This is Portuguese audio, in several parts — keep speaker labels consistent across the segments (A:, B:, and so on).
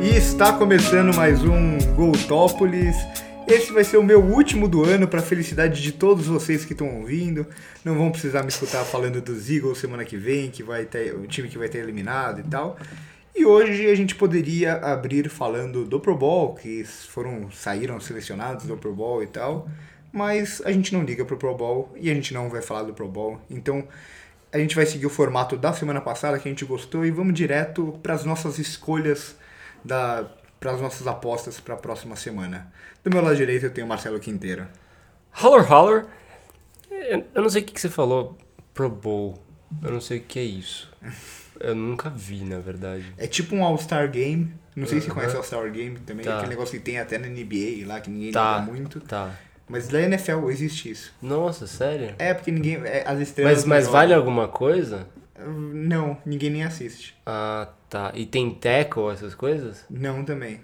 A: Está começando mais um Goltópolis. Esse vai ser o meu último do ano, para felicidade de todos vocês que estão ouvindo. Não vão precisar me escutar falando dos Eagles semana que vem, que vai ter o time que vai ter eliminado e tal. E hoje a gente poderia abrir falando do Pro Bowl, que foram saíram selecionados do Pro Bowl e tal, mas a gente não liga pro Pro Bowl e a gente não vai falar do Pro Bowl. Então, a gente vai seguir o formato da semana passada que a gente gostou e vamos direto para as nossas escolhas da para as nossas apostas para a próxima semana. Do meu lado direito eu tenho o Marcelo Quinteiro.
B: Holler, holler. Eu eu não sei o que, que você falou pro bowl. Eu não sei o que é isso. Eu nunca vi, na verdade.
A: É tipo um All-Star Game. Não sei se você conhece All-Star Game também,
B: Tá.
A: aquele negócio que tem até na NBA lá, que ninguém
B: Tá.
A: liga muito.
B: Tá.
A: Mas da NFL existe isso.
B: Nossa, sério?
A: É, porque ninguém. é, as estrelas.
B: Mas, mas
A: não
B: vale
A: jogam.
B: alguma coisa?
A: Não, ninguém nem assiste.
B: Ah, tá. E tem tackle, essas coisas?
A: Não também.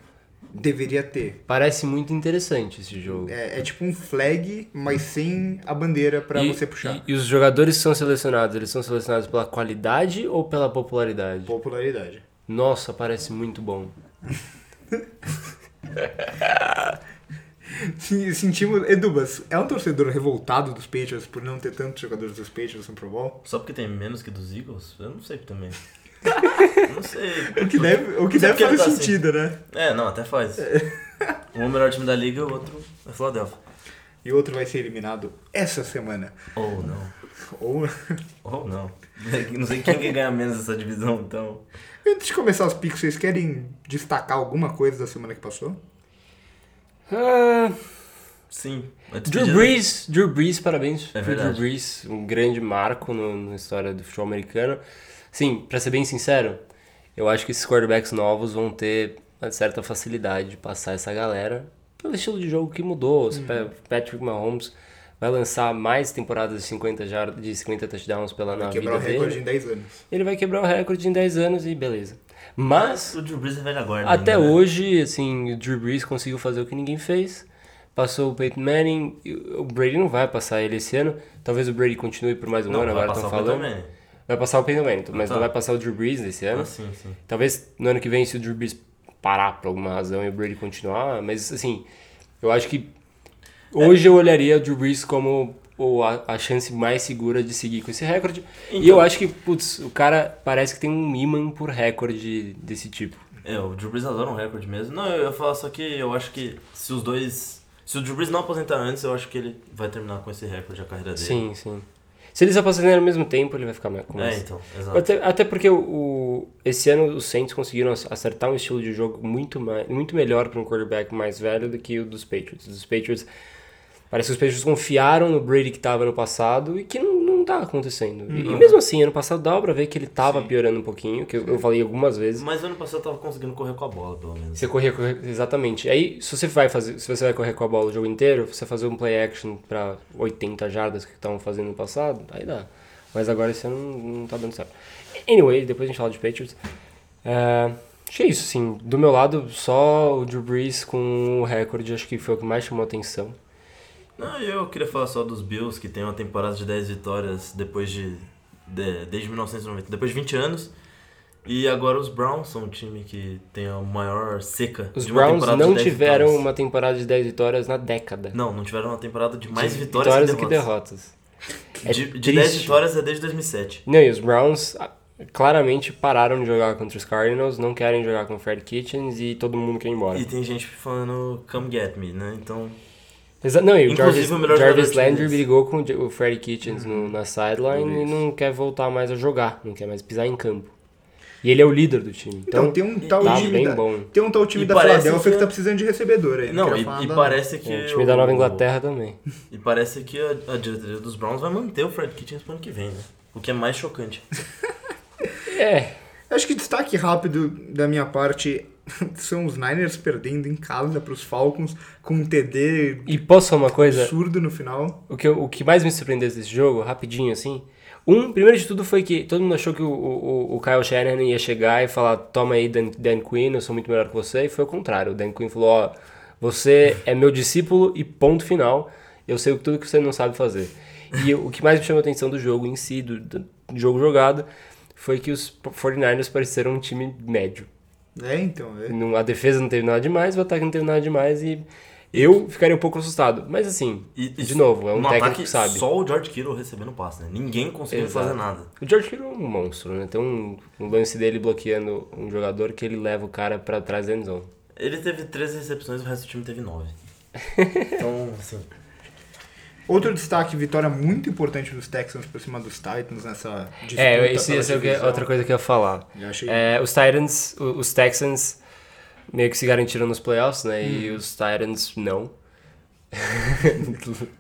A: Deveria ter.
B: Parece muito interessante esse jogo.
A: É, é tipo um flag, mas sem a bandeira pra
B: E-
A: você puxar.
B: E, e os jogadores que são selecionados, eles são selecionados pela qualidade ou pela popularidade?
A: Popularidade.
B: Nossa, parece muito bom.
A: Sim, Sentimos. Edubas, é um torcedor revoltado dos Patriots por não ter tantos jogadores dos Patriots no Pro Bowl?
C: Só porque tem menos que dos Eagles? Eu não sei também. Eu não sei.
A: O que deve, o que
C: Não sei
A: deve
C: porque ele
A: fazer
C: tá assim.
A: sentido, né?
C: É, não, até faz. Um é o melhor time da liga, o outro é Philadelphia.
A: E outro vai ser eliminado essa semana.
C: Ou não.
A: Ou.
C: Ou não. Não sei quem que ganha menos essa divisão, então.
A: Antes de começar os picos, vocês querem destacar alguma coisa da semana que passou?
B: Ah,
C: Sim. A
B: Drew
C: despedida-
B: Brees, Drew Brees, parabéns
C: É
B: pro Drew
C: verdade.
B: Brees, um grande marco no- na história do futebol americano. Sim, pra ser bem sincero, eu acho que esses quarterbacks novos vão ter uma certa facilidade de passar essa galera pelo estilo de jogo que mudou. Você pega o Patrick Mahomes vai lançar mais temporadas de 50 jardas, de 50 touchdowns pela na vida é
A: Quebrar o recorde
B: dele.
A: em 10 anos.
B: Ele vai quebrar o recorde em 10 anos e beleza. Mas
C: O Drew Brees é velha guarda.
B: até
C: ainda, né?
B: hoje, assim, o Drew Brees conseguiu fazer o que ninguém fez. Passou o Peyton Manning. e O Brady não vai passar ele esse ano. Talvez o Brady continue por mais um
C: Não,
B: ano,
C: vai
B: agora
C: passar
B: estão
C: o Peyton
B: falando. É.
C: Manning.
B: Vai passar o Peyton Manning, mas
C: tá.
B: não vai passar o Drew Brees esse ano.
C: Ah, sim, sim.
B: Talvez no ano que vem, se o Drew Brees parar por alguma razão e o Brady continuar. Mas, assim, eu acho que hoje eu olharia o Drew Brees como o- a, a chance mais segura de seguir com esse recorde.
C: Então,
B: E eu acho que, putz, o cara parece que tem um imã por recorde desse tipo.
C: É, o Drew Brees adora um recorde mesmo. Não, eu ia falar só que eu acho que se os dois. Se o Drew Brees não aposentar antes, eu acho que ele vai terminar com esse recorde a carreira dele.
B: Sim, sim. Se eles aposentarem ao mesmo tempo, ele vai ficar mais com
C: É,
B: mais.
C: então, exato.
B: Até, até porque o, o- esse ano os Saints conseguiram ac- acertar um estilo de jogo muito, mais, muito melhor para um quarterback mais velho do que o dos Patriots. Os Patriots. Parece que os Patriots confiaram no Brady que estava ano passado e que não, não tá acontecendo. E- E
C: Uhum.
B: mesmo assim, ano passado dava pra ver que ele tava piorando um pouquinho, que eu, eu falei algumas vezes.
C: Mas ano passado eu tava conseguindo correr com a bola, pelo menos.
B: Você corria, corria- exatamente. Aí, se você vai fazer, se você vai correr com a bola o jogo inteiro, você fazer um play action pra 80 jardas que estavam fazendo no passado, aí dá. Mas agora esse ano não, não tá dando certo. Anyway, depois a gente fala de Patriots. É, acho que é isso, sim. Do meu lado, só o Drew Brees com o recorde, acho que foi o que mais chamou atenção.
C: Não, eu queria falar só dos Bills, que tem uma temporada de 10 vitórias depois de, de- desde 1990, depois de 20 anos. E agora os Browns são o time que tem a maior seca
B: Os
C: de uma
B: Browns
C: temporada de
B: não
C: 10
B: tiveram
C: vitórias.
B: uma temporada de 10 vitórias na década.
C: Não, não tiveram uma temporada de mais
B: De
C: vitórias,
B: do que derrotas. É
C: de, de
B: triste.
C: 10 vitórias é desde 2007.
B: Não, e os Browns ah, claramente pararam de jogar contra os Cardinals, não querem jogar com o Fred Kitchens e todo mundo quer ir embora.
C: E tem gente falando come get me, né? Então,
B: Exa- não, e o
C: Inclusive,
B: Jarvis,
C: o melhor
B: Jarvis
C: jogador do time
B: Landry
C: deles. Uhum.
B: brigou com o J- o Fred Kitchens no- na sideline e
C: Isso.
B: não quer voltar mais a jogar, não quer mais pisar em campo. E ele é o líder do time.
A: Então,
B: Então,
A: tem um tal
B: tá
A: time.
B: bem
A: da,
B: bom.
A: Tem um tal time
C: E
A: da
C: parece
A: Filadélfia que...
C: que-
A: tá precisando de recebedor aí.
C: não,
A: quero
C: e,
A: falar
C: e
A: nada,
C: parece que
B: É, o time da Nova
C: o-
B: Inglaterra também.
C: E parece que a, a diretoria dos Browns vai manter o Fred Kitchens pro ano que vem, né? O que é mais chocante.
B: É,
A: Acho que destaque rápido da minha parte são os Niners perdendo em casa pros Falcons com um TD
B: e posso falar uma
C: é.
B: coisa?
A: absurdo no final.
B: O que, eu- o que mais me surpreendeu desse jogo, rapidinho assim. Um, primeiro de tudo foi que todo mundo achou que o, o, o Kyle Shanahan ia chegar e falar: toma aí, Dan, Dan Quinn, eu sou muito melhor que você. E foi o contrário. O Dan Quinn falou: ó, você é meu discípulo e ponto final. Eu sei tudo que você não sabe fazer. E o que mais me chamou a atenção do jogo em si, do, do jogo jogado, foi que os 49ers pareceram um time médio.
A: É, então. É.
B: Não- A defesa não teve nada demais, o ataque não teve nada demais e eu ficaria um pouco assustado. Mas assim,
C: E- e
B: de novo, é um
C: no
B: técnico
C: ataque,
B: que sabe.
C: Só o George Kittle recebendo passe, né? Ninguém conseguiu
B: Exato.
C: fazer nada.
B: O George Kittle é um monstro, né? Tem um, um lance dele bloqueando um jogador que ele leva o cara pra trás da endzone.
C: Ele teve 13 recepções, o resto do time teve 9. Então, assim,
A: Outro destaque, vitória muito importante dos Texans por cima dos Titans nessa disputa.
B: É, isso
A: pela
B: isso é o que-
A: divisão.
B: outra coisa que eu ia falar.
A: Eu achei-
B: É, os Titans, o- os Texans meio que se garantiram nos playoffs, né?
C: Uhum.
B: E os Titans não.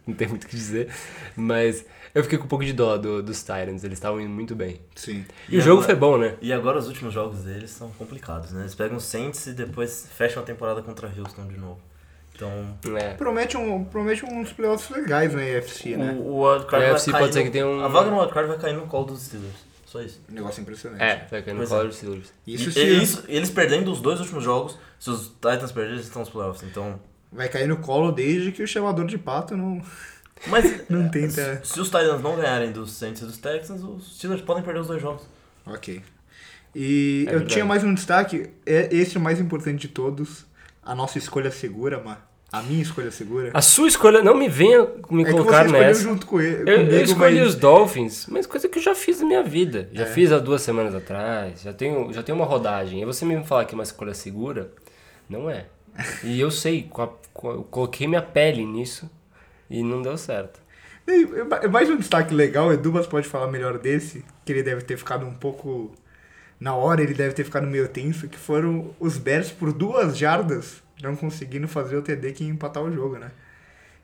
B: não tem muito o que dizer. Mas eu fiquei com um pouco de dó do- dos Titans, eles estavam indo muito bem.
A: Sim.
B: E,
C: E
B: o jogo
C: agora-
B: foi bom, né?
C: E agora os últimos jogos deles são complicados, né? Eles pegam o Saints e depois fecham a temporada contra Houston de novo. Então,
B: É.
A: Promete, um, promete uns playoffs legais na EFC, né?
C: o, o wildcard
B: O
C: vai
B: AFC
C: cair
B: pode
C: no-
B: ser que tenha um-
C: A vaga no wildcard vai cair no colo dos Steelers. Só isso.
A: Um negócio impressionante.
B: É, foi caindo no
C: Pois é.
B: colo dos Steelers.
A: Isso né?
C: e,
A: se
C: e isso- eles perdendo os dois últimos jogos, se os Titans perderem, eles estão nos playoffs. Então,
A: vai cair no colo desde que o chamador de pato não,
C: mas
A: não tenta.
C: se, se os Titans não ganharem dos Saints e dos Texans, os Steelers podem perder os dois jogos.
A: Ok. E
B: É
A: eu
B: verdade.
A: tinha mais um destaque, é esse é o mais importante de todos, a nossa escolha segura, Mar. A minha escolha segura.
B: A sua escolha, não me venha me
A: é que você
B: Ah, colocar
A: escolheu
B: nessa.
A: junto com ele.
B: Eu,
A: comigo,
B: eu escolhi
A: mas-
B: os Dolphins, mas coisa que eu já fiz na minha vida. Já
A: É.
B: fiz há duas semanas atrás, já tenho, já tenho uma rodagem. E você me falar que é uma escolha segura, não é. E eu sei, com a- com a- eu coloquei minha pele nisso e não deu certo.
A: E- e- Mais um destaque legal, Edubas pode falar melhor desse, que ele deve ter ficado um pouco. Na hora ele deve ter ficado meio tenso, que foram os Bears por duas jardas não conseguindo fazer o TD que ia empatar o jogo, né?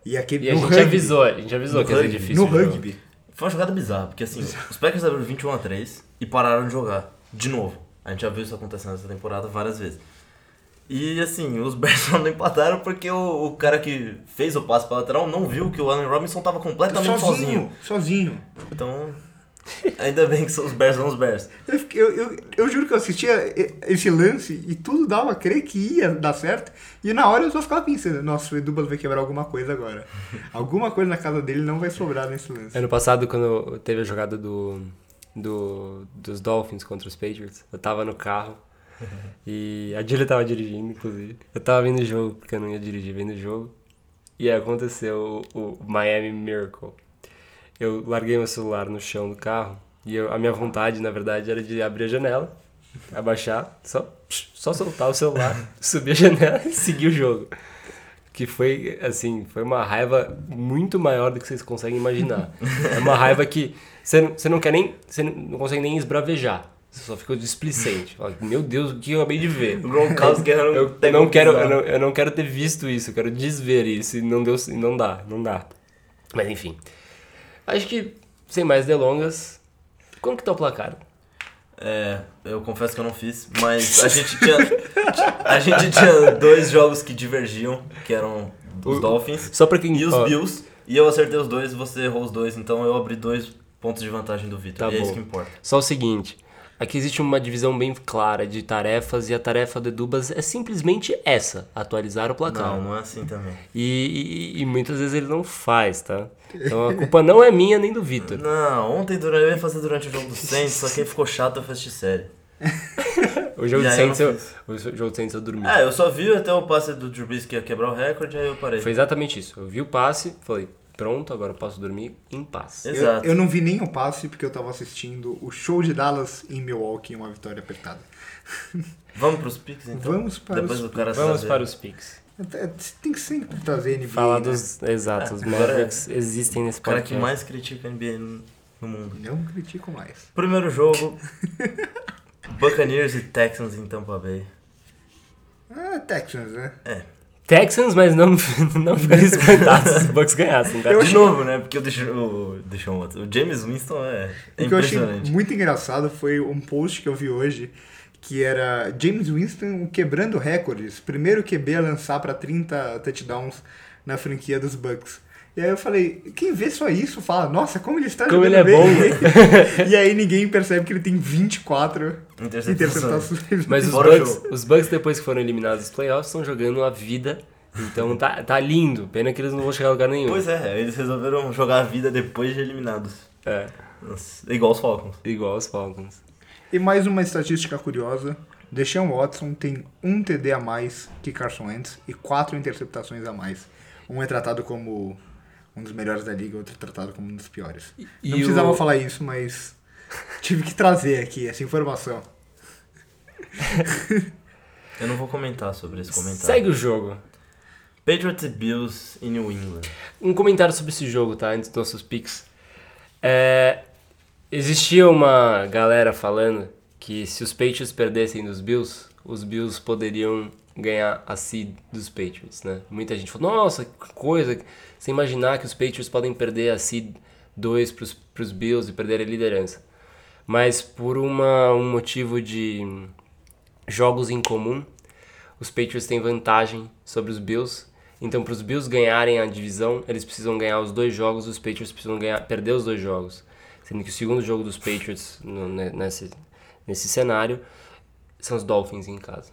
A: E aquele
B: E a
A: no
B: gente
A: rugby,
B: avisou, a gente avisou
C: No
B: que ia ser
C: rugby.
B: difícil.
A: No
B: o jogo.
A: rugby.
C: Foi uma jogada bizarra, porque assim, os Packers abriram 21 a 3 e pararam de jogar. De novo. A gente já viu isso acontecendo essa temporada várias vezes. E assim, os Bears só não empataram porque o, o cara que fez o passe pra lateral não viu que o Allen Robinson tava completamente Tá sozinho.
A: Sozinho, sozinho.
C: Então, ainda bem que são os Bears são os Bears.
A: Eu, fiquei- eu, eu, eu juro que eu assistia e- esse lance e tudo dava a crer que ia dar certo. E na hora eu só ficava pensando, nossa, o Edubas vai quebrar alguma coisa agora. alguma coisa na casa dele não vai sobrar nesse lance.
B: Ano passado, quando teve a jogada do, do- dos Dolphins contra os Patriots, eu tava no carro e a Julia tava dirigindo, inclusive. Eu tava vendo o jogo, porque eu não ia dirigir, vendo o jogo. E aí aconteceu o, o Miami Miracle. Eu larguei meu celular no chão do carro e eu- a minha vontade, na verdade, era de abrir a janela, abaixar, só, só soltar o celular, subir a janela e seguir o jogo. Que foi, assim, foi uma raiva muito maior do que vocês conseguem imaginar. É uma raiva que você não, você não quer nem. Você não- não consegue nem esbravejar. Você só fica displicente. Fala, Meu Deus, o que eu acabei de ver?
C: O Gronkowski era um
B: Eu
C: técnico
B: não quero, eu
C: bizarro.
B: não, eu não quero ter visto isso, eu quero desver isso e não deu, e não dá, não dá. Mas enfim. Acho que sem mais delongas, como que tá o placar?
C: É, eu confesso que eu não fiz, mas a gente tinha. A gente tinha dois jogos que divergiam, que eram os
B: O-
C: Dolphins
B: Só pra quem
C: e os
B: ó,
C: Bills. E eu acertei os dois, você errou os dois, então eu abri dois pontos de vantagem do Vitor.
B: Tá
C: e é
B: bom.
C: isso que importa.
B: Só o seguinte, aqui existe uma divisão bem clara de tarefas e a tarefa do Edubas é simplesmente essa, atualizar o placar.
C: Não, não é assim também.
B: E, e- e muitas vezes ele não faz, tá? Então a culpa não é minha nem do Vitor.
C: Não, ontem durante, eu ia fazer durante o jogo do Saints, só que aí ficou chato eu assisti série.
B: O jogo
C: E
B: do
C: aí eu não
B: Saints eu, o jogo do Saints eu dormi.
C: É, eu só vi até o passe do Drew Brees que ia quebrar o recorde, aí eu parei.
B: Foi exatamente isso. Eu vi o passe, falei, pronto, agora eu posso dormir em paz.
A: Eu,
C: Exato.
A: eu não vi nem o passe porque eu tava assistindo o show de Dallas em Milwaukee, uma vitória apertada.
C: Vamos pros picks então?
A: Vamos para
C: Depois
A: os
C: do cara
B: Vamos
C: saber.
B: para os picks.
A: É, Tem que sempre trazer NBA.
B: Falar
A: né?
B: dos. Exato, os
C: Ah, agora
B: Mavericks existem nesse
C: O cara que
B: podcast.
C: mais critica a NBA no- no mundo.
A: Não critico mais.
C: Primeiro jogo: Buccaneers e Texans em Tampa Bay.
A: Ah, Texans, né?
B: Texans, mas não, não ficaram espantados se os Bucks ganhassem, tá?
A: Eu
C: De
A: achei-
C: novo, né? Porque eu deixo o, deixa um outro. o James Winston é
A: O que eu achei
C: impressionante.
A: muito engraçado foi um post que eu vi hoje que era James Winston quebrando recordes. Primeiro QB a lançar para 30 touchdowns na franquia dos Bucks. E aí eu falei, quem vê só isso fala, nossa, como ele está
B: Como
A: jogando
B: ele é
A: bem. e aí ninguém percebe que ele tem 24
C: Interceptação.
A: interceptações.
B: é Mas os
C: Fora o
B: Bucks, os Bucks, depois que foram eliminados dos playoffs, estão jogando a vida. Então tá, tá lindo. Pena que eles não vão chegar a lugar nenhum.
C: Pois é, eles resolveram jogar a vida depois de eliminados.
B: É,
C: Nossa, Igual os Falcons.
B: igual os Falcons.
A: E mais uma estatística curiosa. Deshaun Watson tem um TD a mais que Carson Wentz e quatro interceptações a mais. Um é tratado como um dos melhores da liga, outro é tratado como um dos piores.
D: E
A: Não precisava
D: o-
A: falar isso, mas tive que trazer aqui essa informação.
C: Eu não vou comentar sobre esse comentário.
B: Segue o jogo.
C: Patriots e Bills em New England.
B: Um comentário sobre esse jogo, tá? Antes dos nossos picks. É, existia uma galera falando que se os Patriots perdessem dos Bills, os Bills poderiam ganhar a seed dos Patriots, né? Muita gente falou, nossa, que coisa, sem imaginar que os Patriots podem perder a seed 2 pros, pros Bills e perder a liderança. Mas por uma, um motivo de jogos em comum, os Patriots têm vantagem sobre os Bills. Então, para os Bills ganharem a divisão, eles precisam ganhar os dois jogos, os Patriots precisam ganhar, perder os dois jogos. Sendo que o segundo jogo dos Patriots no- ne- nesse, nesse cenário são os Dolphins em casa.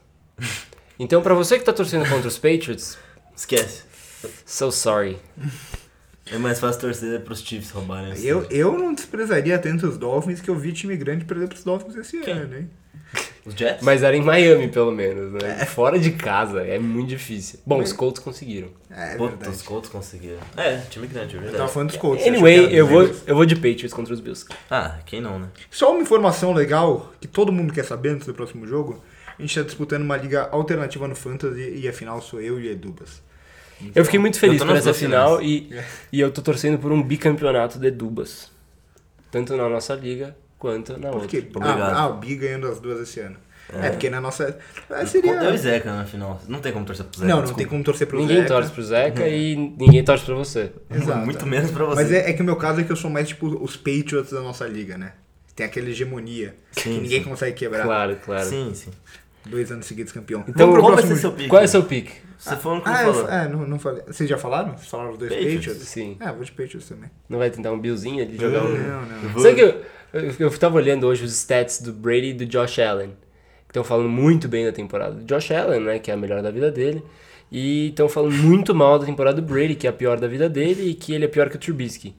B: Então, para você que está torcendo contra os Patriots,
C: Esquece.
B: so sorry.
C: É mais fácil torcer pros Chiefs roubarem esse
A: Eu,
C: time.
A: eu não desprezaria tanto os Dolphins, que eu vi time grande perder pros Dolphins esse
C: Quem?
A: ano, hein?
C: Os Jets?
B: Mas era em Miami, pelo menos, né? Fora de casa, é muito difícil. Bom, os Colts conseguiram.
A: É, é
C: Puta, os
A: verdade. Então-
C: Colts conseguiram. É, time grande, é
A: Eu tava
C: verdade.
A: falando dos Colts. acho
B: Anyway,
A: que era
B: eu
A: dos
B: vou,
A: Bills.
B: eu vou de Patriots contra os Bills.
C: Ah, quem não, né?
A: Só uma informação legal que todo mundo quer saber antes do próximo jogo. A gente tá disputando uma liga alternativa no Fantasy e afinal sou eu e Edubas.
B: Eu fiquei muito
C: Eu
B: feliz
C: tô
B: por
C: nas
B: essa
C: duas
B: final e, e eu tô torcendo por um bicampeonato de Dubas. Tanto na nossa liga quanto na outra.
A: Porque
C: Obrigado.
A: ah, ah, o Bi ganhando as duas esse ano. É, porque na nossa. é, seria.
C: Deu o Zeca na final. Não tem como torcer pro Uhum. Zeca.
A: Não, não
C: desculpa.
A: tem como torcer pro
B: Ninguém
A: Zeca.
B: torce pro Zeca e ninguém torce pra você.
A: Exato.
C: Muito menos pra você.
A: Mas é, é que o meu caso é que eu sou mais tipo os Patriots da nossa liga, né? Tem aquela hegemonia que
C: Sim,
A: ninguém
C: sim.
A: consegue quebrar.
B: Claro,
A: é-
B: claro.
C: Sim, sim.
A: Dois anos seguidos campeão.
B: Então,
A: Vamos pro
C: qual vai
A: próximo
C: ser seu
A: jogo.
C: pique?
B: Qual é o seu pique?
C: Você falou que não
A: Ah,
C: falou.
A: eu, é, não, não falei. Vocês já falaram? Vocês falaram os dois
C: Patriots?
A: Patriots?
B: Sim.
A: Ah, eu vou de Patriots também.
B: Não vai tentar um billzinho ali jogar
C: Hum.
B: um.
A: Não, não.
B: Sabe que eu, eu, eu tava olhando hoje os stats do Brady e do Josh Allen. Que estão falando muito bem da temporada do Josh Allen, né? Que é a melhor da vida dele. E estão falando muito mal da temporada do Brady, que é a pior da vida dele e que ele é pior que o Trubisky.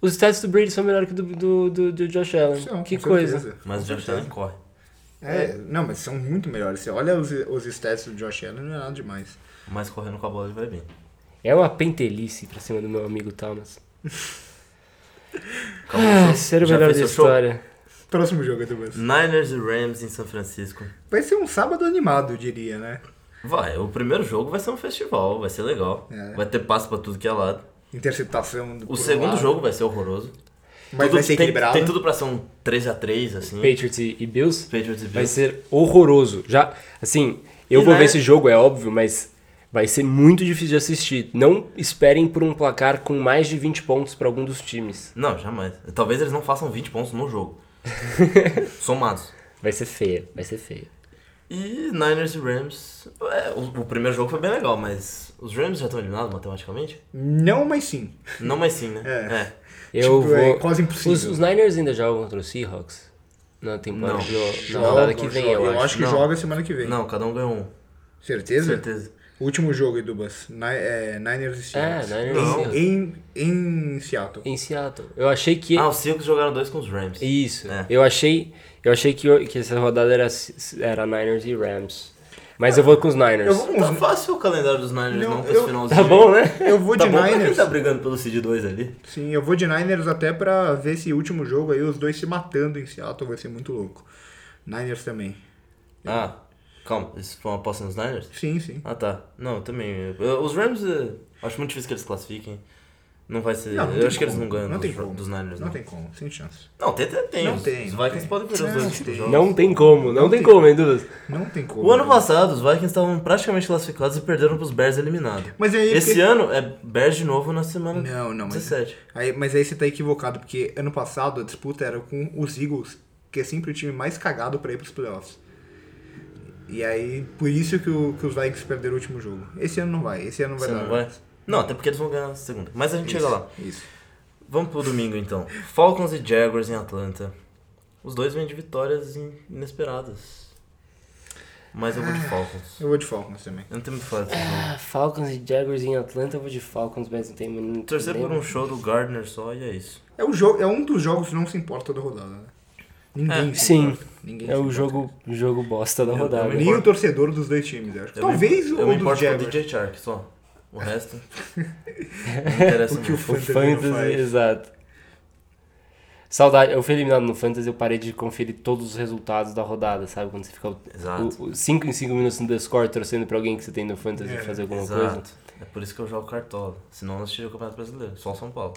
B: Os stats do Brady são melhores que do, do, do, do Josh Allen.
A: São,
B: que
A: com
B: coisa.
A: certeza.
C: Mas tá. o Josh Allen corre.
A: É, não, mas são muito melhores. Você olha os, os stats do Josh Allen, não é nada demais.
C: Mas correndo com a bola ele vai bem.
B: É uma pentelice pra cima do meu amigo Thomas. Ah, ser o
C: Já
B: melhor
C: fez
B: da
C: seu show?
B: história.
A: Próximo jogo, Edubas.
C: Hum. Niners e Rams em São Francisco.
A: Vai ser um sábado animado, eu diria, né?
C: Vai, o primeiro jogo vai ser um festival, vai ser legal.
A: É.
C: Vai ter passo pra tudo que é lado.
A: Interceptação do
C: O segundo jogo vai ser horroroso.
A: Mas
C: Tudo-
A: vai ser
C: tem,
A: equilibrado.
C: Tem tudo pra ser um 3x3, assim.
B: Patriots e e Bills?
C: Patriots e
B: Vai
C: Bills.
B: ser horroroso. Já, assim, eu vou
C: E vai-
A: né?
B: ver esse jogo, é óbvio, mas vai ser muito difícil de assistir. Não esperem por um placar com mais de 20 pontos pra algum dos times.
C: Não, jamais. Talvez eles não façam 20 pontos no jogo. Somados.
B: Vai ser feio, vai ser feio.
C: E Niners e Rams. é, o, o primeiro jogo foi bem legal, mas os Rams já estão eliminados matematicamente?
A: Não, mas sim.
C: Não, mas sim, né?
A: É. Tipo,
B: Eu vou...
A: é quase impossível.
B: Os, os Niners ainda jogam contra os Seahawks? Na temporada,
C: Não.
B: no- na
A: Joga,
B: rodada que vem,
A: joga.
B: eu, acho.
A: que
C: Não.
A: joga semana que vem.
C: Não, cada um ganhou um.
A: Certeza?
C: Certeza.
A: Último jogo, Edubas. Ni é, Niners e
B: É,
A: Seahawks.
B: Niners
C: Não.
B: e Seahawks.
A: Em, em Seattle.
B: Em Seattle. Eu achei que...
C: Ah, os Seahawks jogaram dois com os Rams.
B: Isso.
C: É.
B: Eu achei, eu achei que, que essa rodada era, era Niners e Rams. Mas eu vou com os Niners.
A: Eu vou com
C: Tá
A: os...
C: fácil o calendário dos Niners,
A: Não,
C: não, com esse
A: eu-
C: finalzinho.
B: Tá bom, né?
A: Eu vou
C: Tá
A: de
C: bom pra quem
A: Niners.
C: tá brigando pelo Cid 2 ali.
A: Sim, eu vou de Niners até pra ver esse último jogo aí, os dois se matando em Seattle, vai ser muito louco. Niners também.
C: Ah, calma, isso foi uma aposta nos Niners?
A: Sim, sim.
C: Ah tá, não, eu também. eu- Os Rams, eh, acho muito difícil que eles classifiquem. Não vai ser.
A: Não, não
C: eu
A: tem
C: acho que eles
A: como.
C: não ganham
A: não
C: dos,
A: tem como.
C: dos Niners, né?
A: Não
C: não.
A: tem como, sem chance.
C: Não, tem, tem, tem.
A: Não
C: os,
A: tem,
C: Os
A: não
C: Vikings
A: tem.
C: podem perder os
A: Não
C: dois últimos
A: tem.
C: jogos.
B: Não tem como, não,
A: Não
B: tem,
A: tem.
B: como, hein, Dudas?
A: Não tem como.
C: O ano passado, os Vikings estavam praticamente classificados e perderam pros Bears eliminados.
A: Mas aí,
C: Esse
A: porque-
C: ano é Bears de novo na semana
A: Não, não, mas-
C: 17.
A: Aí, mas aí você tá equivocado, porque ano passado a disputa era com os Eagles, que é sempre o time mais cagado pra ir pros playoffs. E aí, por isso que, o- que os Vikings perderam o último jogo. Esse ano não vai, esse ano não vai
C: Você
A: dar.
C: não vai? Não, até porque eles vão ganhar na segunda. Mas a gente chega lá.
A: Isso.
C: Vamos pro domingo então. Falcons e Jaguars em Atlanta. Os dois vêm de vitórias in- inesperadas. Mas eu vou
A: Ah.
C: de Falcons.
A: Eu vou de Falcons também.
C: Eu não tenho muito o que falar desse jogo.
B: Ah, Falcons e Jaguars em Atlanta, eu vou de Falcons, mas não tem muito.
C: um Torcer por um show do Gardner só e é isso.
A: É, o jogo, é um dos jogos que não se importa da rodada, né? Ninguém.
C: É,
A: se
B: sim.
A: importa. Ninguém se
B: É
C: né?
B: o
A: importa.
B: jogo, jogo bosta da
C: Eu
B: rodada.
C: também
A: Nem o torcedor dos dois times, eu acho.
C: Eu
A: Talvez
C: me,
A: o
C: Eu me
A: do
C: importo com o
A: Jaguars.
C: DJ Shark só. O resto. Não interessa
A: O que o
C: muito.
B: O
A: Fantasy não
B: Fantasy,
A: faz.
B: exato. Saudade, eu fui eliminado no Fantasy, eu parei de conferir todos os resultados da rodada, sabe? Quando você fica
C: Exato.
B: 5 em 5 minutos no Discord torcendo pra alguém que você tem no Fantasy
A: É,
B: fazer alguma coisa.
C: Exato. É por isso que eu jogo cartola. Senão eu não assistiria o Campeonato Brasileiro. Só o São Paulo.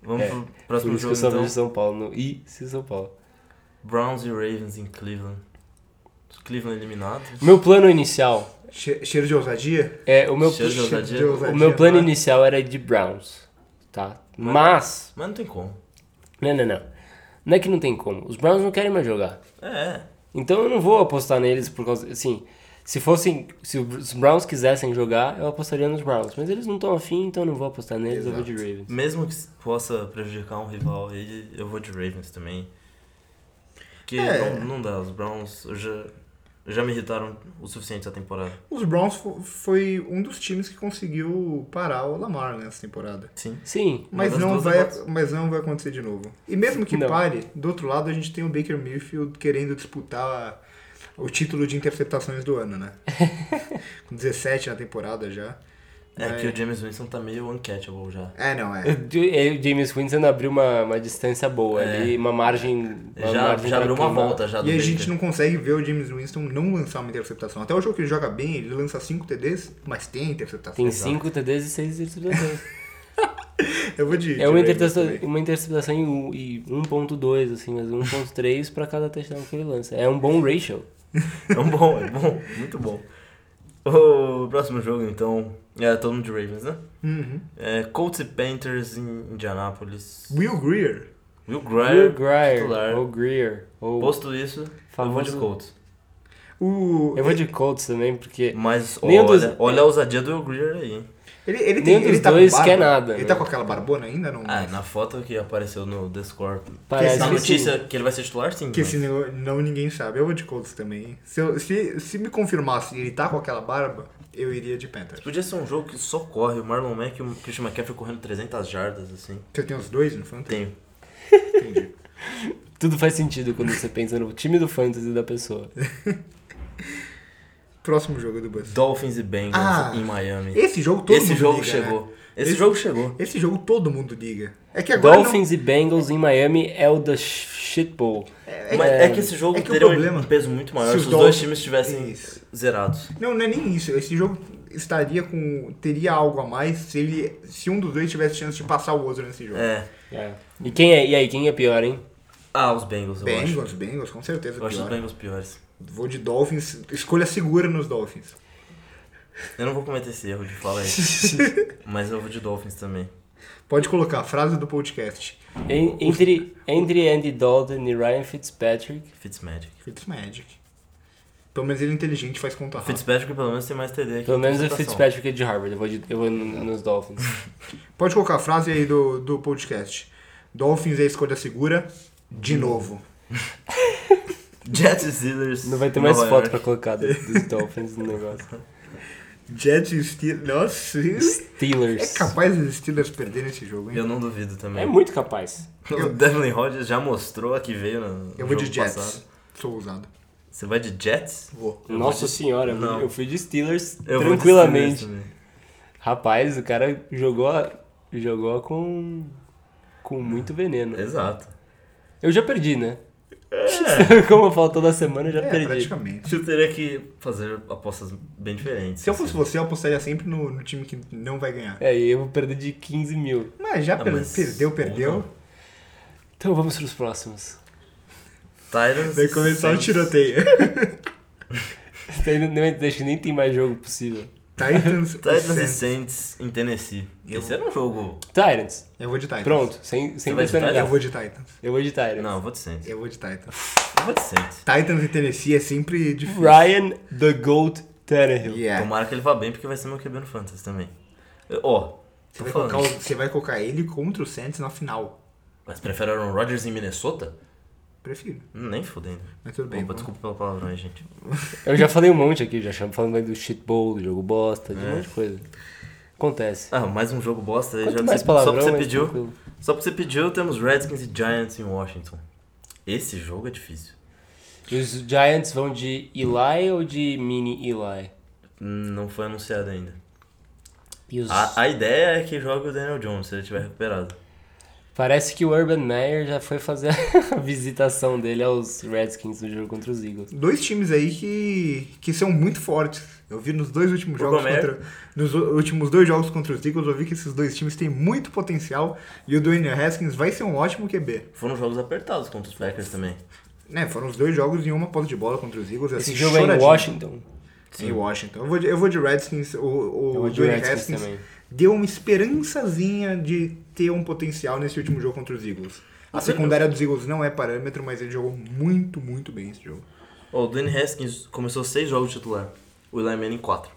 C: Vamos
B: É,
C: pro
B: Por
C: próximo
B: isso que eu
C: jogo
B: só
C: então.
B: vejo São Paulo no e se São Paulo.
C: Browns e Ravens em Cleveland. Cleveland eliminado.
B: Meu plano inicial
A: Che- Cheiro de ousadia?
B: é o meu
C: Cheiro de
A: cheiro
C: ousadia.
A: de ousadia.
B: o meu plano
A: né?
B: inicial era de Browns, tá?
C: Mas-
B: Mas
C: Mas não tem como.
B: não, não, não. Não é que não tem como. Os Browns não querem mais jogar.
C: É, é.
B: Então eu não vou apostar neles por causa. Assim, se fossem. Se os Browns quisessem jogar, eu apostaria nos Browns. Mas eles não estão afim, então eu não vou apostar neles, eu vou de Ravens.
C: Mesmo que possa prejudicar um rival, ele- eu vou de Ravens também. Que
A: É.
C: não, não dá. Os Browns eu já, já me irritaram o suficiente essa temporada.
A: Os Browns fo- foi um dos times que conseguiu parar o Lamar nessa temporada.
C: Sim.
B: Sim.
A: Mas
C: das
A: não,
C: duas
A: vai,
C: hipóteses.
A: mas não vai acontecer de novo. E mesmo que
B: Não.
A: pare, do outro lado a gente tem o Baker Mayfield querendo disputar o título de interceptações do ano, né? Com 17 na temporada já.
C: É, que o James Winston tá meio uncatchable já.
A: É, não, é.
B: O James Winston abriu uma, uma distância boa
C: É.
B: ali, uma margem. Uma
C: Já,
B: margem
C: já
B: pra
C: abriu uma
B: queimar.
C: volta já do
A: E a
C: Baker.
A: gente não consegue ver o James Winston não lançar uma interceptação. Até o jogo que ele joga bem, ele lança 5 TDs, mas tem interceptação.
B: Tem 5 TDs e 6 interceptações.
A: Eu vou de. de
B: é uma
A: Ravens
B: interceptação,
A: também.
B: uma interceptação em um- e 1.2, assim, mas 1.3 pra cada touchdown que ele lança. É um bom ratio.
C: É um bom, é bom, muito bom. O próximo jogo, então, é todo mundo de Ravens, né?
A: Uhum.
C: É Colts e Panthers em Indianapolis.
A: Will Greer.
C: Will
B: Will
C: Grier,
B: Grier,
C: titular.
B: ou Greer, ou
C: Posto isso, eu vou de
B: Famoso-
C: Colts.
A: O,
B: Eu vou de Colts também, porque
C: Mas
B: Nenhum
C: olha,
B: dos-
C: olha a ousadia do Will Grier aí. hein?
A: Ele, ele tem,
B: Nenhum dos
A: ele tá com
B: dois
A: barba?
B: quer nada,
A: Ele
B: né?
A: tá com aquela barbona ainda? Não,
C: Ah, na foto que apareceu no Discord.
B: parece
A: esse-
C: Na
B: que assim, sim.
C: notícia que ele vai ser titular, sim.
A: É, Que
C: mas-
A: esse nego- não ninguém sabe. Eu vou de Colts também. Se, eu- se, se me confirmasse ele tá com aquela barba, eu iria de Panthers.
C: Podia ser um jogo que só corre, o Marlon Mack e o Christian McCaffrey correndo 300 jardas, assim.
A: Você tem os dois no Fantasy?
C: Tenho.
A: Entendi.
B: Tudo faz sentido quando você pensa no time do fantasy da pessoa.
A: Próximo jogo do Buzz.
C: Dolphins e Bengals
A: Ah,
C: em Miami.
A: Esse jogo todo
C: Esse
A: mundo
C: jogo
A: liga,
C: chegou.
A: né?
C: Esse,
A: Esse-
C: jogo chegou.
A: Esse jogo todo mundo liga. É que agora
B: Dolphins e Bengals em Miami é o da sh- shit bowl.
C: Mas é que esse jogo
A: é que o
C: teria um-
A: problema-
C: um peso muito maior
A: se
C: se
A: os
C: os, dois
A: Dolphins-
C: times tivessem
A: Isso.
C: zerados.
A: Não, não é nem isso. Esse jogo estaria com... Teria algo a mais se, ele, se um dos dois tivesse chance de passar o outro nesse jogo.
C: É.
B: É. E quem é? E aí quem é pior, hein?
C: Ah, os Bengals, eu acho.
A: Bengals, Bengals, com certeza
C: Eu acho os
A: pior.
C: Bengals piores.
A: Vou de Dolphins. Escolha segura nos Dolphins.
C: Eu não vou cometer esse erro de falar isso. Mas eu vou de Dolphins também.
A: Pode colocar a frase do podcast.
B: En- Entre, entre Andy Dalton e Ryan Fitzpatrick.
C: Fitzmagic.
A: Fitzmagic. Pelo menos ele é inteligente faz conta rápida.
C: Fitzpatrick pelo menos tem mais TD aqui.
B: Pelo menos o
C: interceptação.
B: Fitzpatrick é de Harvard. Eu vou, de- eu vou no- nos Dolphins.
A: Pode colocar a frase aí do, do podcast. Dolphins é a escolha segura, de novo.
C: Jets e Steelers.
B: Não vai ter mais
C: Nova
B: foto pra
C: York.
B: colocar do- dos Dolphins no negócio.
A: Jets e Steelers. Nossa, isso- é
B: Steelers.
A: capaz dos Steelers perderem esse jogo, hein?
C: Eu não duvido também.
B: É muito capaz.
C: O Devlin Rodgers já mostrou a que veio no
A: Eu vou de
C: jogo
A: Jets.
C: passado.
A: Sou ousado.
C: Você vai de Jets?
A: Vou.
C: Eu
B: Nossa
C: vou de-
B: senhora, eu fui-
C: Não.
B: eu fui de Steelers
C: Eu vou de
B: tranquilamente.
C: Steelers também.
B: Rapaz, o cara jogou, a- jogou com, com muito veneno.
C: Exato.
B: Eu já perdi, né?
C: É.
B: Como faltou da semana, eu já
A: É,
B: perdi.
A: praticamente.
C: Eu teria que fazer apostas bem diferentes.
A: Se eu fosse
C: assim.
A: você, eu apostaria sempre no, no time que não vai ganhar.
B: É, e eu vou perder de 15 mil.
A: Mas já
C: Ah,
A: per-
C: mas-
A: perdeu, perdeu.
B: Então vamos para os próximos.
C: Titans.
A: Vai começar o
C: Saints.
A: tiroteio.
B: Daí não- nem- Deixa nem tem mais jogo possível.
A: Titans, e
C: Titans
A: Saints.
C: e Saints em Tennessee. Esse era um jogo.
B: Titans.
A: Eu vou de Titans.
B: Pronto, sem, sem
C: vai de
B: personalidade.
A: Eu vou de Titans.
B: Eu vou de Titans.
C: Não, eu vou de Saints.
A: Eu vou de Titans.
C: Eu vou de Saints.
A: Titans e Tennessee é sempre difícil.
B: Ryan The Goat Tannehill.
A: Yeah.
C: Tomara que ele vá bem, porque vai ser meu QB no Fantasy também. Eu- Ó,
A: Você
C: tô
A: vai,
C: falando.
A: colocar, o- você vai colocar ele contra o Saints na final.
C: Mas prefere Aaron Rodgers em Minnesota?
A: Prefiro.
C: Hum, Nem fudendo.
A: Mas tudo bem.
C: Opa,
A: vamos-
C: desculpa pelo palavrão aí, gente.
B: Eu já falei um monte aqui, já chamo falando aí do shitbowl, do jogo bosta,
C: É.
B: de um monte de coisa. Acontece.
C: Ah, mais um jogo bosta aí. já
B: Quanto
C: que
B: mais
C: você-
B: palavrão,
C: só porque você
B: mais
C: pediu.
B: tranquilo.
C: Só porque você pediu, temos Redskins e Giants em Washington. Esse jogo é difícil.
B: E os Giants vão de Eli ou de mini Eli?
C: Não foi anunciado ainda.
B: E os-
C: A, a ideia é que jogue o Daniel Jones, se ele tiver recuperado.
B: Parece que o Urban Meyer já foi fazer a visitação dele aos Redskins no jogo contra os Eagles.
A: Dois times aí que, que são muito fortes. Eu vi nos dois últimos
C: O
A: jogos
C: Gomer.
A: contra, nos u- últimos dois jogos contra os Eagles, eu vi que esses dois times têm muito potencial e o Dwayne Haskins vai ser um ótimo QB.
C: Foram jogos apertados contra os Packers também.
A: Né, foram os dois jogos em uma posse de bola contra os Eagles.
B: Esse
A: assim,
B: jogo é em
A: choradinho.
B: Washington.
A: Em Washington. Eu vou de, eu vou de Redskins, o,
B: Eu
A: o,
B: vou
A: o
B: de
A: Dwayne
B: Redskins
A: Haskins
B: também.
A: deu uma esperançazinha de ter um potencial nesse último jogo contra os Eagles. A secundária dos Eagles não é parâmetro, mas ele jogou muito, muito bem esse jogo.
C: Ó, o Dwayne Haskins começou seis jogos de titular, o Eli Manning 4.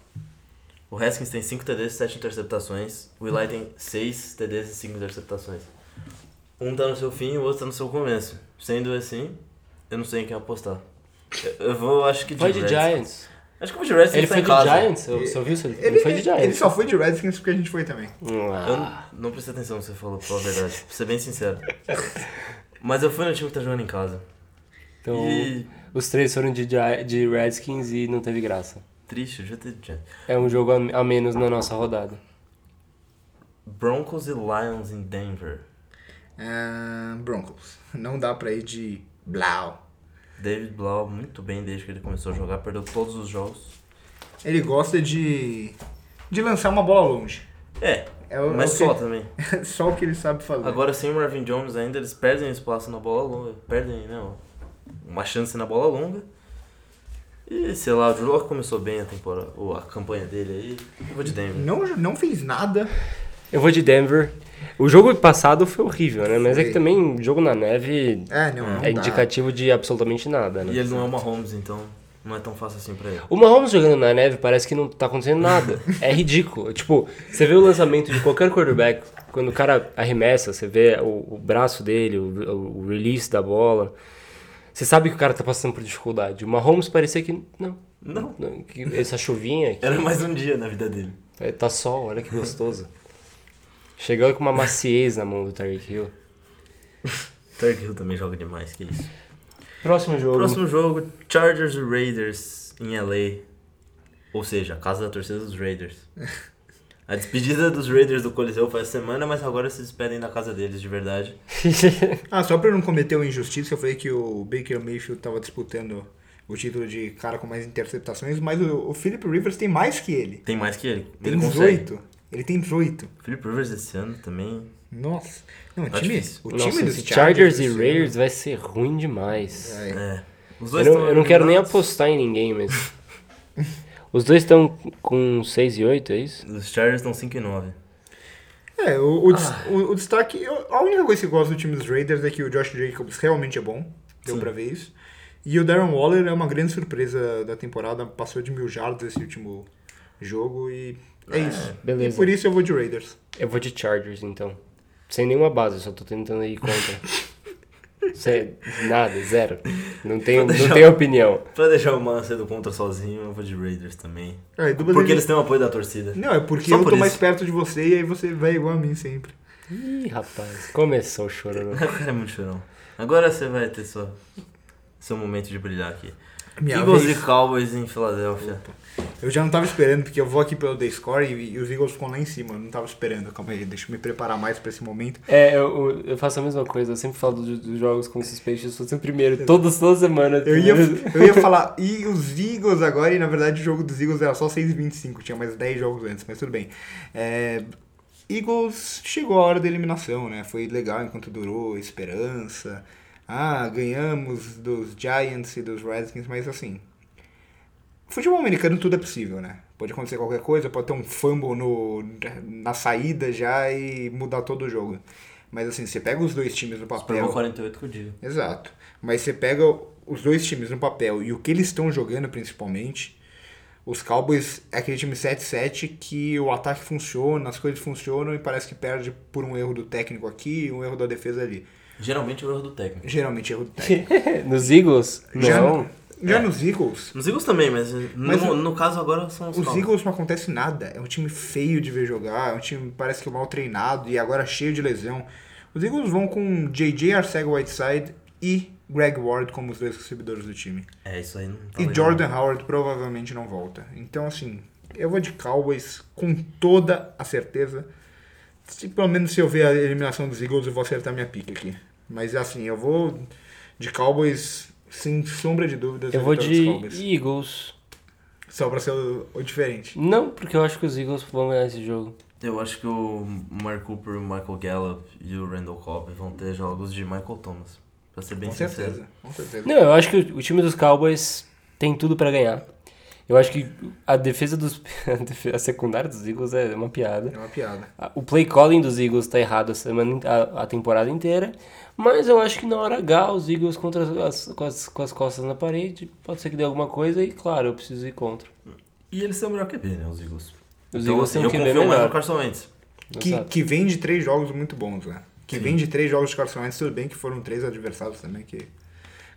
C: O Haskins tem 5 TDs e 7 interceptações, o Eli tem 6 TDs e 5 interceptações. Um tá no seu fim e o outro tá no seu começo. Sendo assim, eu não sei em quem apostar. Eu, eu vou, acho que de
B: Foi de
C: Redskins.
B: Giants.
C: Acho que eu vou de Redskins
B: Ele
C: tá
B: foi
C: em
B: de
C: casa.
B: Giants? Eu- Você ouviu isso? Ele, foi de Giants.
A: ele só foi de Redskins porque a gente foi também.
C: Eu
B: Ah,
C: não, não prestei atenção no que você falou, pra falar a verdade. Pra ser bem sincero. Mas eu fui no time que tá jogando em casa.
B: então,
C: E...
B: os três foram de, Gi- de Redskins e não teve graça.
C: Triste, eu já ter dito.
B: É um jogo a, a menos na nossa rodada.
C: Broncos e Lions em Denver.
A: Ah, Broncos. Não dá pra ir de Blau.
C: David Blau muito bem desde que ele começou a jogar, perdeu todos os jogos.
A: Ele gosta de, de lançar uma bola longe.
C: É,
A: É o-
C: mas
A: é o
C: só
A: que-
C: também.
A: Só o que ele sabe fazer.
C: Agora sem o Marvin Jones ainda, eles perdem espaço na bola longa. Perdem, né? ó, Uma chance na bola longa. E sei lá, o Drew Locke começou bem a temporada, ou a campanha dele aí. Eu vou de Denver. né?
A: Não, não fez nada.
B: Eu vou de Denver. O jogo passado foi horrível, né? Mas é que
A: Foi.
B: também jogo na neve
A: É, não, não
B: é
A: dá.
B: indicativo de absolutamente nada, né?
C: E ele não é uma Holmes, então não é tão fácil assim pra ele.
B: O Mahomes jogando na neve parece que não tá acontecendo nada. É ridículo. Tipo, você vê o lançamento de qualquer quarterback, quando o cara arremessa, você vê o, o braço dele, o, o- o release da bola. Você sabe que o cara tá passando por dificuldade. O Mahomes parecia que. Não.
C: Não.
B: não, que essa chuvinha aqui,
C: Era mais um dia na vida dele.
B: é, tá sol, olha que gostoso. Chegando com uma maciez na mão do Tyreek Hill.
C: Tark Hill também joga demais, que isso.
B: Próximo jogo.
C: Próximo jogo, Chargers e Raiders em LA. Ou seja, a casa da torcida dos Raiders. A despedida dos Raiders do Coliseu faz semana, mas agora se despedem da casa deles de verdade.
A: Ah, só pra eu não cometer uma injustiça, eu falei que o Baker Mayfield tava disputando o título de cara com mais interceptações, mas o, o Philip Rivers tem mais que ele.
C: Tem mais que ele.
A: Tem
C: ele consegue.
A: 18. Ele tem 18.
C: Philip Rivers esse ano também.
A: Nossa. Não, o
C: Tá
A: time,
C: difícil.
A: o time
B: Nossa,
A: dos
B: esse Chargers,
A: esse
B: e
A: ano-
B: Raiders vai ser ruim demais.
A: É.
C: É. Os
B: Eu não,
C: tão
B: eu não quero nem
C: eliminados.
B: apostar em ninguém, mas. Os dois estão com 6 e 8, é isso?
C: Os Chargers estão 5 e 9.
A: É, o, o, des-
B: Ah.
A: o- o destaque. eu- A única coisa que eu gosto do time dos Raiders é que o Josh Jacobs realmente é bom. Deu pra ver isso. E o Darren Waller é uma grande surpresa da temporada. Passou de mil jardas esse último jogo e. É isso.
B: Ah, beleza.
A: E por isso eu vou de Raiders.
B: Eu vou de Chargers então. Sem nenhuma base, só tô tentando ir contra. Sem nada, zero. Não tenho, não tenho opinião.
C: Pra deixar o Mano sendo contra sozinho, eu vou de Raiders também.
A: É, dupla
C: Porque
A: de-
C: eles têm o apoio da torcida.
A: Não, é porque
C: Só
A: eu
C: por
A: tô
C: isso.
A: mais perto de você e aí você vai igual a mim sempre.
B: Ih, rapaz, começou o chororô.
C: O cara é muito chorão. Agora você vai ter sua, seu momento de brilhar aqui.
A: Minha
C: Eagles
A: vez.
C: e Cowboys em Filadélfia.
A: Eu já não tava esperando, porque eu vou aqui pelo The Score e, e os Eagles ficam lá em cima. Eu não tava esperando. Calma aí, deixa eu me preparar mais pra esse momento.
B: É, eu, eu faço a mesma coisa, eu sempre falo do- dos jogos com suspeito, eu sou sempre o primeiro, todas, toda semana.
A: Eu ia,
B: primeiro.
A: eu ia falar, e os Eagles agora, e na verdade o jogo dos Eagles era só 6,25, tinha mais 10 jogos antes, mas tudo bem. É, Eagles chegou a hora da eliminação, né? Foi legal enquanto durou, esperança. Ah, ganhamos dos Giants e dos Redskins, mas assim. Futebol americano tudo é possível, né? Pode acontecer qualquer coisa, pode ter um fumble no, na saída já e mudar todo o jogo. Mas assim, você pega os dois times no
C: Super Bowl
A: papel.
C: 48 que eu digo.
A: Exato. Mas você pega os dois times no papel e o que eles estão jogando principalmente. Os Cowboys é aquele time 7-7 que o ataque funciona, as coisas funcionam e parece que perde por um erro do técnico aqui e um erro da defesa ali.
C: Geralmente é o erro do técnico.
A: Geralmente erro do técnico.
B: Nos Eagles?
A: Já,
B: Não.
A: já nos Eagles,
C: Nos Eagles também, mas,
A: Mas
C: no,
A: o-
C: no caso agora são os,
A: os
C: Cowboys.
A: Eagles não acontece nada. É um time feio de ver jogar, é um time parece que mal treinado e agora cheio de lesão. Os Eagles vão com JJ Arcega Whiteside e Greg Ward como os dois recebedores do time.
C: É, isso aí não tá
A: E
C: legal.
A: Jordan Howard provavelmente não volta. Então, assim, eu vou de Cowboys com toda a certeza. Se, pelo menos se eu ver a eliminação dos Eagles, eu vou acertar minha pique aqui. Mas, assim, eu vou de Cowboys sem sombra de dúvidas.
B: Eu vou
A: vitória dos
B: de
A: Cowboys.
B: Eagles.
A: Só pra ser o, o diferente.
B: Não, porque eu acho que os Eagles vão ganhar esse jogo.
C: Eu acho que o Mark Cooper, o Michael Gallup e o Randall Cobb vão ter jogos de Michael Thomas. Pra ser bem
A: com
C: sincero.
A: certeza. Com certeza.
B: Não, eu acho que o, o time dos Cowboys tem tudo pra ganhar. Eu acho que a defesa dos. A, defe- a secundária dos Eagles é uma piada.
A: É uma piada.
B: A- O play calling dos Eagles tá errado a, semana, in- a, a temporada inteira. Mas eu acho que na hora H, os Eagles contra as, as- com, as, com as costas na parede, pode ser que dê alguma coisa e, claro, eu preciso ir contra.
C: E eles são o melhor QB, né? Os Eagles.
B: Os
C: então,
B: Eagles
C: assim,
B: têm
C: eu
B: um QB
C: confio mais no
B: melhor.
C: Carson Wentz.
A: Que,
B: Exato.
A: que vem de três jogos muito bons, né? Que
C: Sim.
A: vem de três jogos de Carson Wentz, tudo bem que foram três adversários também, que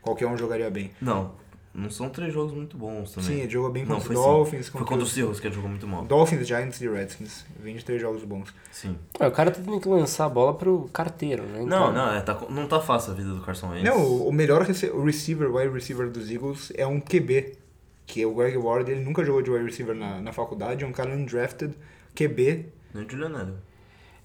A: qualquer um jogaria bem.
C: Não, não são três jogos muito bons também.
A: Sim, ele jogou bem
C: Não,
A: contra
C: foi
A: os
C: sim.
A: Dolphins,
C: Foi contra o
A: os-
C: Seahawks que ele jogou muito mal.
A: Dolphins, Giants e Redskins. Vem de três jogos bons.
C: Sim.
B: Ah, o cara tá tendo que lançar a bola pro carteiro, né?
C: Não, não, é, tá, co- não tá fácil a vida do Carson
B: É
C: Wentz.
A: Então- Não, o- o melhor rece- o receiver, wide receiver dos Eagles é um QB. Que é o Greg Ward, ele nunca jogou de wide receiver na, na faculdade, é um cara undrafted, QB.
C: Nem o Julian Edelman.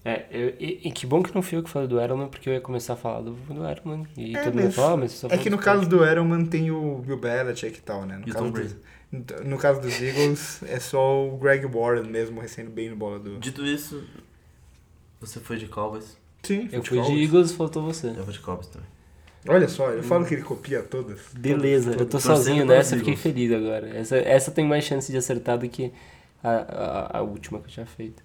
B: É, eu- e, e que bom que não fui eu que falei do Edelman, porque eu ia começar a falar do, do Edelman. E
A: É,
B: todo mundo
A: mas-
B: fala, "Ah, mas você só
A: É
B: fala
A: que
B: do
A: no
B: Edelman."
A: caso do Edelman tem o Bill Belichick e tal, né? No,
C: E o
A: caso
C: Tom
A: dos, no caso dos Eagles, é só o Greg Ward mesmo recebendo bem no bola do...
C: Dito isso, você foi de Cowboys.
A: Sim,
B: Eu fui
A: futebol.
B: de Eagles, faltou você.
C: Eu vou de Cowboys também.
A: Olha só, eu
B: Hum.
A: falo que ele copia todas.
B: Beleza, eu tô
C: Torcendo
B: sozinho
C: para os
B: nessa, fiquei
C: Eagles.
B: feliz agora. Essa, essa tem mais chance de acertar do que a, a, a última que eu tinha feito.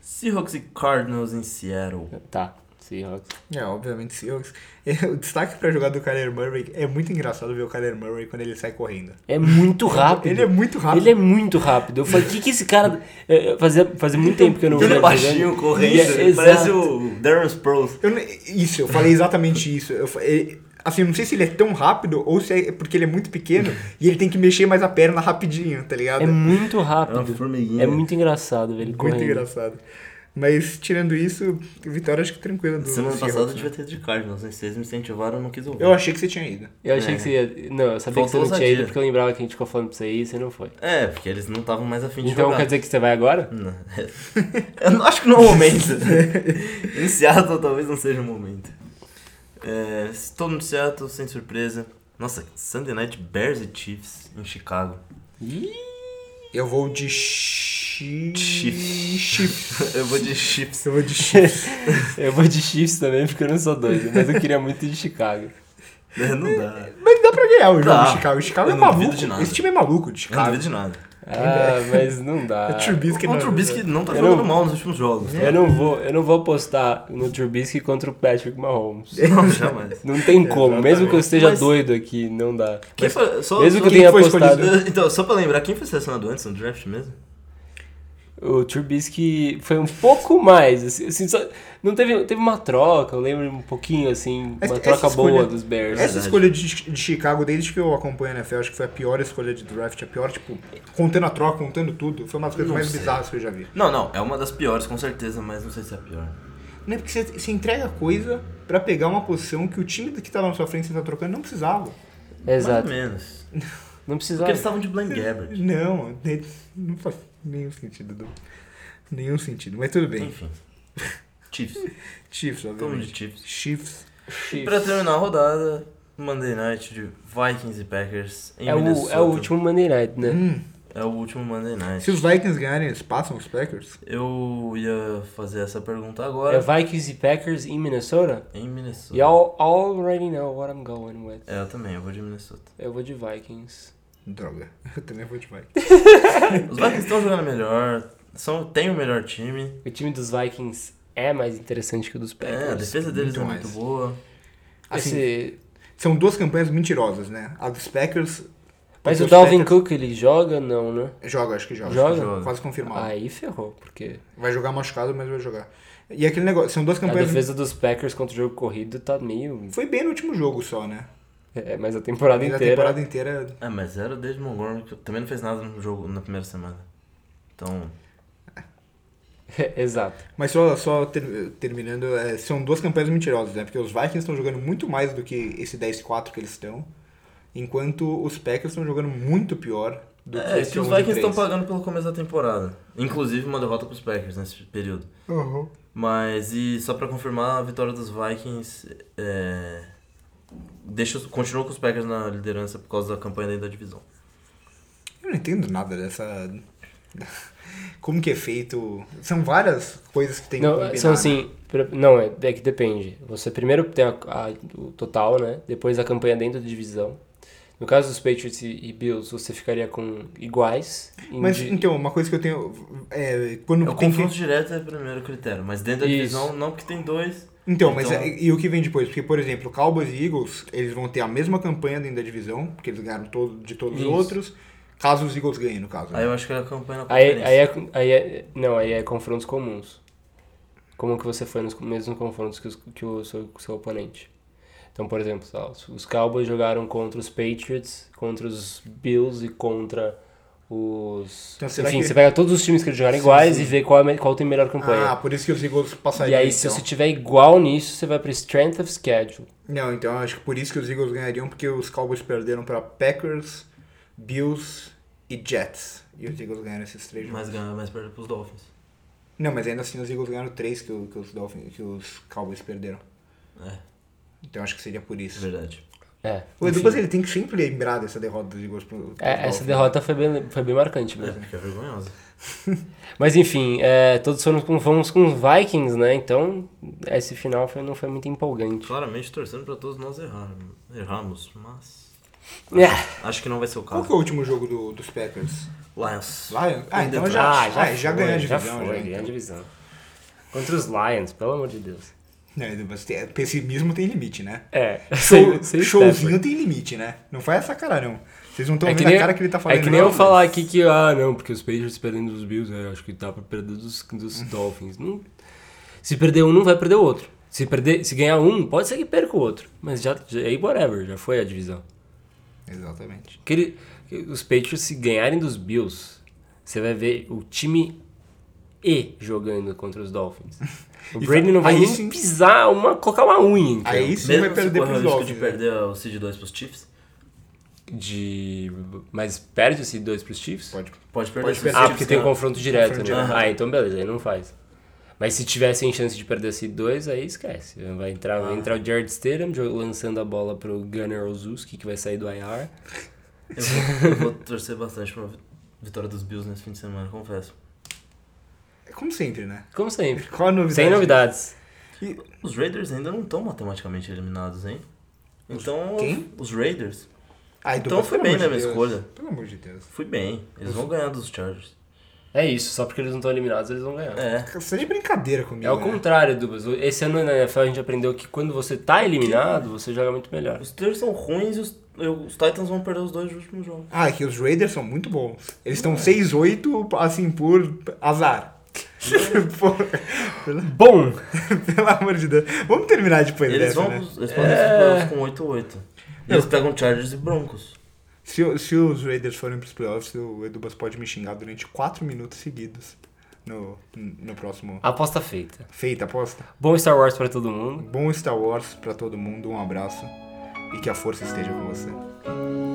C: Seahawks e Cardinals em Seattle.
B: Tá, Seahawks.
A: É, obviamente Seahawks. É, O destaque pra jogar do Kyler Murray é muito engraçado ver o Kyler Murray quando ele sai correndo.
B: É muito rápido.
A: Ele é muito rápido.
B: Ele é muito rápido. Eu falei, o que, que esse cara. é, Fazia, fazia muito tempo que eu não
C: Ele é
B: ele
C: baixinho,
B: jogando.
C: correndo,
B: E é-
C: ele parece
B: exato.
C: o Darren Sproles.
A: Eu não- isso, eu falei exatamente isso. Eu, fa- é, assim, eu não sei se ele é tão rápido ou se é porque ele é muito pequeno e ele tem que mexer mais a perna rapidinho, tá ligado? É
B: É muito
C: É uma
B: rápido.
C: formiguinha.
B: É muito engraçado, velho.
A: muito
B: correndo.
A: engraçado. Mas tirando isso, vitória acho que tranquila do
C: Semana
A: Seahawks,
C: passada eu
A: né?
C: devia ter de Cardinals, né? Vocês me incentivaram, eu não quis ouvir.
A: Eu achei que você tinha ido.
B: Eu achei
C: É.
B: que você ia. Não, eu sabia
C: Faltou
B: que você não tinha ido
C: ousadia.
B: porque eu lembrava que a gente ficou falando pra você ir e você não foi.
C: É, porque eles não estavam mais afim de
B: Então
C: jogar.
B: quer dizer que você vai agora?
C: Não. Eu não- acho que não é o momento. em Seattle talvez não seja o momento. É, estou no Seattle, sem surpresa. Nossa, Sunday Night Bears e Chiefs em Chicago.
A: Eu vou de chi...
C: Chiefs.
A: Chiefs.
C: Eu vou de Chiefs.
A: Eu vou de Chiefs.
B: Eu vou de Chiefs também porque eu não sou doido, mas eu queria muito ir de Chicago.
C: É, Não dá.
A: Mas dá pra ganhar o jogo
C: Dá.
A: de Chicago. O Chicago
C: Eu
A: é
C: não duvido
A: maluco.
C: de nada.
A: Esse time é maluco de
C: Eu não
A: Chicago.
C: duvido de nada.
B: Ah, mas não dá.
A: O É Trubisky
C: O
A: não-
C: Trubisky não tá
B: Eu
C: jogando
B: não-
C: mal nos últimos jogos.
B: Eu não vou, eu não vou apostar no Trubisky contra o Patrick Mahomes.
C: Não, jamais.
B: Não tem como, mesmo que eu esteja
C: Mas-
B: doido aqui, não dá.
C: Quem foi- só,
B: Mesmo
C: só-
B: que eu
A: quem
B: tenha
A: foi escolhido?
B: apostado,
C: Então, só pra lembrar, quem foi selecionado antes no draft mesmo?
B: o Trubisky foi um pouco mais, assim, assim, só- não teve, teve uma troca, eu lembro um pouquinho assim,
A: Essa-
B: uma troca
A: essa
B: boa
A: escolha-
B: dos Bears.
A: Essa
C: verdade.
A: escolha de, de Chicago, desde que eu acompanho a NFL, acho que foi a pior escolha de draft. A pior, tipo, contando a troca, contando tudo. Foi uma das coisas
C: Não
A: mais
C: sei.
A: bizarras que eu já vi.
C: Não, não, é uma das piores com certeza, mas não sei se é a pior.
A: Não é porque você, você entrega coisa pra pegar uma posição que o time que tá lá na sua frente, você tá trocando, não precisava.
B: Exato.
C: Mais ou menos.
B: Não
C: Porque
B: precisava.
C: eles estavam de Blaine Gabbert.
A: Não, ne- não faz nenhum sentido. Du. Nenhum sentido. Mas tudo bem.
C: Enfim. Chiefs.
A: Chiefs,
C: Todo mundo
A: obviamente.
C: de Chiefs.
A: Chiefs.
C: E pra terminar a rodada, Monday Night de Vikings e Packers em
B: É o,
C: Minnesota.
B: é o último Monday Night, né?
A: Hum,
C: É o último Monday Night.
A: se os Vikings ganharem, eles passam os Packers?
C: Eu ia fazer essa pergunta
B: É
C: agora.
B: Vikings e Packers em Minnesota?
C: Em Minnesota.
B: Y'all already know what I'm going with.
C: É, eu também, eu vou de Minnesota.
B: Eu vou de Vikings.
A: Droga. Eu também vou de Vikings.
C: Os Vikings estão jogando melhor, são, tem o melhor time.
B: O time dos Vikings é mais interessante que o dos
C: É, a
B: Packers. Assim,
C: defesa deles
A: muito
C: é
A: mais.
C: muito boa.
A: Assim,
B: Esse-
A: São duas campanhas mentirosas, né? A dos Packers.
B: Mas
A: porque
B: o
A: os
B: Dalvin
A: Packers-
B: Cook, ele joga? Não, né?
A: Joga, acho que joga.
B: Joga?
C: Joga.
A: Quase confirmado.
B: Aí ferrou, porque
A: Vai jogar machucado, mas vai jogar. E aquele negócio, são duas
B: a
A: campanhas.
B: defesa dos Packers contra o jogo corrido tá meio...
A: Foi bem no último jogo só, né?
B: É, mas a temporada
A: Mas a
B: inteira...
A: temporada inteira.
C: É, mas era o David Montgomery que também não fez nada no jogo na primeira semana. Então,
B: é, Exato.
A: Mas só, só ter- terminando, é, são duas campanhas mentirosas, né? Porque os Vikings estão jogando muito mais do que esse 10-4 que eles estão, enquanto os Packers estão jogando muito pior do que um
C: É,
A: esse
C: que os
A: 11 e
C: Vikings estão
A: 3.
C: pagando pelo começo da temporada. Inclusive uma derrota pros Packers nesse período.
A: Uhum.
C: Mas e só pra confirmar, a vitória dos Vikings é, deixa, os- continua com os Packers na liderança por causa da campanha dentro da divisão.
A: Eu não entendo nada dessa. Como que é feito. São várias coisas que tem que
B: Não,
A: combinar,
B: são
A: né?
B: assim, pra- não, é, é que depende. Você primeiro tem a- a- o total, né? Depois a campanha dentro da divisão. No caso dos Patriots e, e Bills, você ficaria com iguais. em
A: Mas
B: di-
A: então, uma coisa que eu tenho. É, quando
C: É, o
A: tem que-
C: confronto direto é o primeiro critério, mas dentro da
B: Isso.
C: divisão não, porque tem dois.
A: Então, mas é- e o que vem depois? Porque, por exemplo, Cowboys e Eagles, eles vão ter a mesma campanha dentro da divisão, porque eles ganharam todo, de todos
B: Isso.
A: os outros, caso os Eagles ganhem, no caso. né?
C: Aí eu acho que é a campanha na
B: Aí,
C: conferência.
B: aí, é, aí é- não, aí é confrontos comuns. Como que você foi nos mesmos confrontos que, os- que o seu, que o seu oponente. Então, por exemplo, sei lá, os- os Cowboys jogaram contra os Patriots, contra os Bills e contra os...
A: Então, será
B: Enfim,
A: que-
B: você pega todos os times que eles jogaram
A: Sim,
B: iguais
A: sim.
B: e vê qual, é me- qual tem melhor
A: Ah,
B: campanha.
A: por isso que os Eagles
B: e
A: passariam.
B: aí, se
A: então.
B: você tiver igual nisso, você vai pra Strength of Schedule.
A: Não, então eu acho que por isso que os Eagles ganhariam, porque os Cowboys perderam para Packers, Bills e Jets. E os Eagles ganharam esses três jogos.
C: Mas ganha, mas perde pros Dolphins.
A: Não, mas ainda assim os Eagles ganharam três que, o- que os, Dolphins, que os Cowboys perderam.
C: É,
A: Então eu acho que seria por
C: é
A: isso.
C: verdade.
B: É,
A: O Edu,
B: enfim.
A: mas ele tem que sempre lembrar dessa derrota dos Eagles pro, pros
B: É, essa
A: Dolphins.
B: derrota foi bem, foi bem marcante né?
C: É,
B: mesmo.
C: porque é vergonhosa.
B: Mas enfim, é, todos foram com, fomos com os Vikings, né? Então, esse final foi- não foi muito empolgante.
C: Claramente torcendo pra todos nós errar, errarmos, mas.
B: É.
C: Acho que não vai ser o caso.
A: Qual que é o último jogo do- dos Packers?
C: Lions. tá.
A: Lions? Ah,
C: In
A: então
C: the
A: já-
C: draft.
A: Ah, já
B: foi,
A: ganhou a divisão,
B: Já foi,
A: já,
B: ganhou a
A: então.
B: divisão. Contra os Lions, pelo amor de Deus.
A: Não, Edu, mas tem- pessimismo tem limite, né?
B: É,
A: Show-
B: sem- sem
A: showzinho
B: Stafford.
A: tem limite, né? Não faz essa cara, não. Vocês não estão
B: É
A: vendo
B: que, nem,
A: a cara que ele tá falando.
B: é que nem
A: não,
B: eu
A: mas-
B: falar aqui que, ah, não, porque os Patriots perdendo dos Bills, eu acho que dá pra perder dos, dos Dolphins. Não- se perder um, não vai perder o outro. Se, perder, se ganhar um, pode ser que perca o outro. Mas já, já, aí, whatever, já foi a divisão.
A: Exatamente.
B: Que ele- que os Patriots, se ganharem dos Bills, você vai ver o time E jogando contra os Dolphins. O
A: E
B: Brady
A: fa-
B: não vai
A: aí
B: nem
A: sim-
B: pisar uma, colocar uma unha, então.
A: Aí sim
C: Mesmo
A: vai perder
C: se
A: pros
C: correr o risco
A: Dolphins.
C: de
A: né?
C: perder o Seed 2 pros Chiefs,
B: De. Mas perde o Seed 2 pros Chiefs?
A: Pode.
C: pode perder
A: Pode
C: se os
A: perder.
B: Ah,
C: Chiefs
B: porque tem
C: ganharem.
B: confronto direto,
A: Confronto
B: né?
C: direto.
B: Ah, então beleza, aí não faz. Mas se tivessem chance de perder Seed 2, aí esquece. Vai entrar,
A: Ah.
B: vai entrar o Jared Stidham jo- lançando a bola pro Gunnar Ozuski, que vai sair do IR.
C: Eu vou, eu vou torcer bastante pra vitória dos Bills nesse fim de semana, confesso.
A: É Como sempre, né?
B: Como sempre.
A: Qual a novidade?
B: Sem novidades.
C: Os Raiders ainda não estão matematicamente eliminados, hein? Então,
A: quem?
C: os Raiders.
A: Ah,
C: Então
A: mas
C: foi
A: pelo amor
C: bem na minha
A: de Deus.
C: escolha.
A: Pelo amor de Deus.
C: Fui bem. Eles vão ganhar dos Chargers.
B: É isso, só porque eles não estão eliminados, eles vão ganhar.
C: É.
A: Você de brincadeira comigo.
B: É o
A: né?
B: contrário, Dubas. Esse ano na NFL a gente aprendeu que quando você tá eliminado, você joga muito melhor.
C: Os Steelers são ruins e os, os Titans vão perder os dois últimos jogos.
A: Ah, é que os Raiders são muito bons. Eles
B: É.
A: estão 6-8, assim, por azar. Por- pelo,
B: Bom,
A: pelo amor de Deus. Vamos terminar depois
C: Eles
A: dessa,
C: vão. É.
A: né?
C: Eles podem ser com 8-8. E eles pegam Chargers e Broncos.
A: Se, o- se os Raiders forem pros playoffs, o Edubas pode me xingar durante 4 minutos seguidos no, no próximo.
B: aposta feita.
A: Feita a aposta?
B: Bom Star Wars pra todo mundo.
A: Bom Star Wars pra todo mundo, um abraço e que a força esteja com você.
C: né?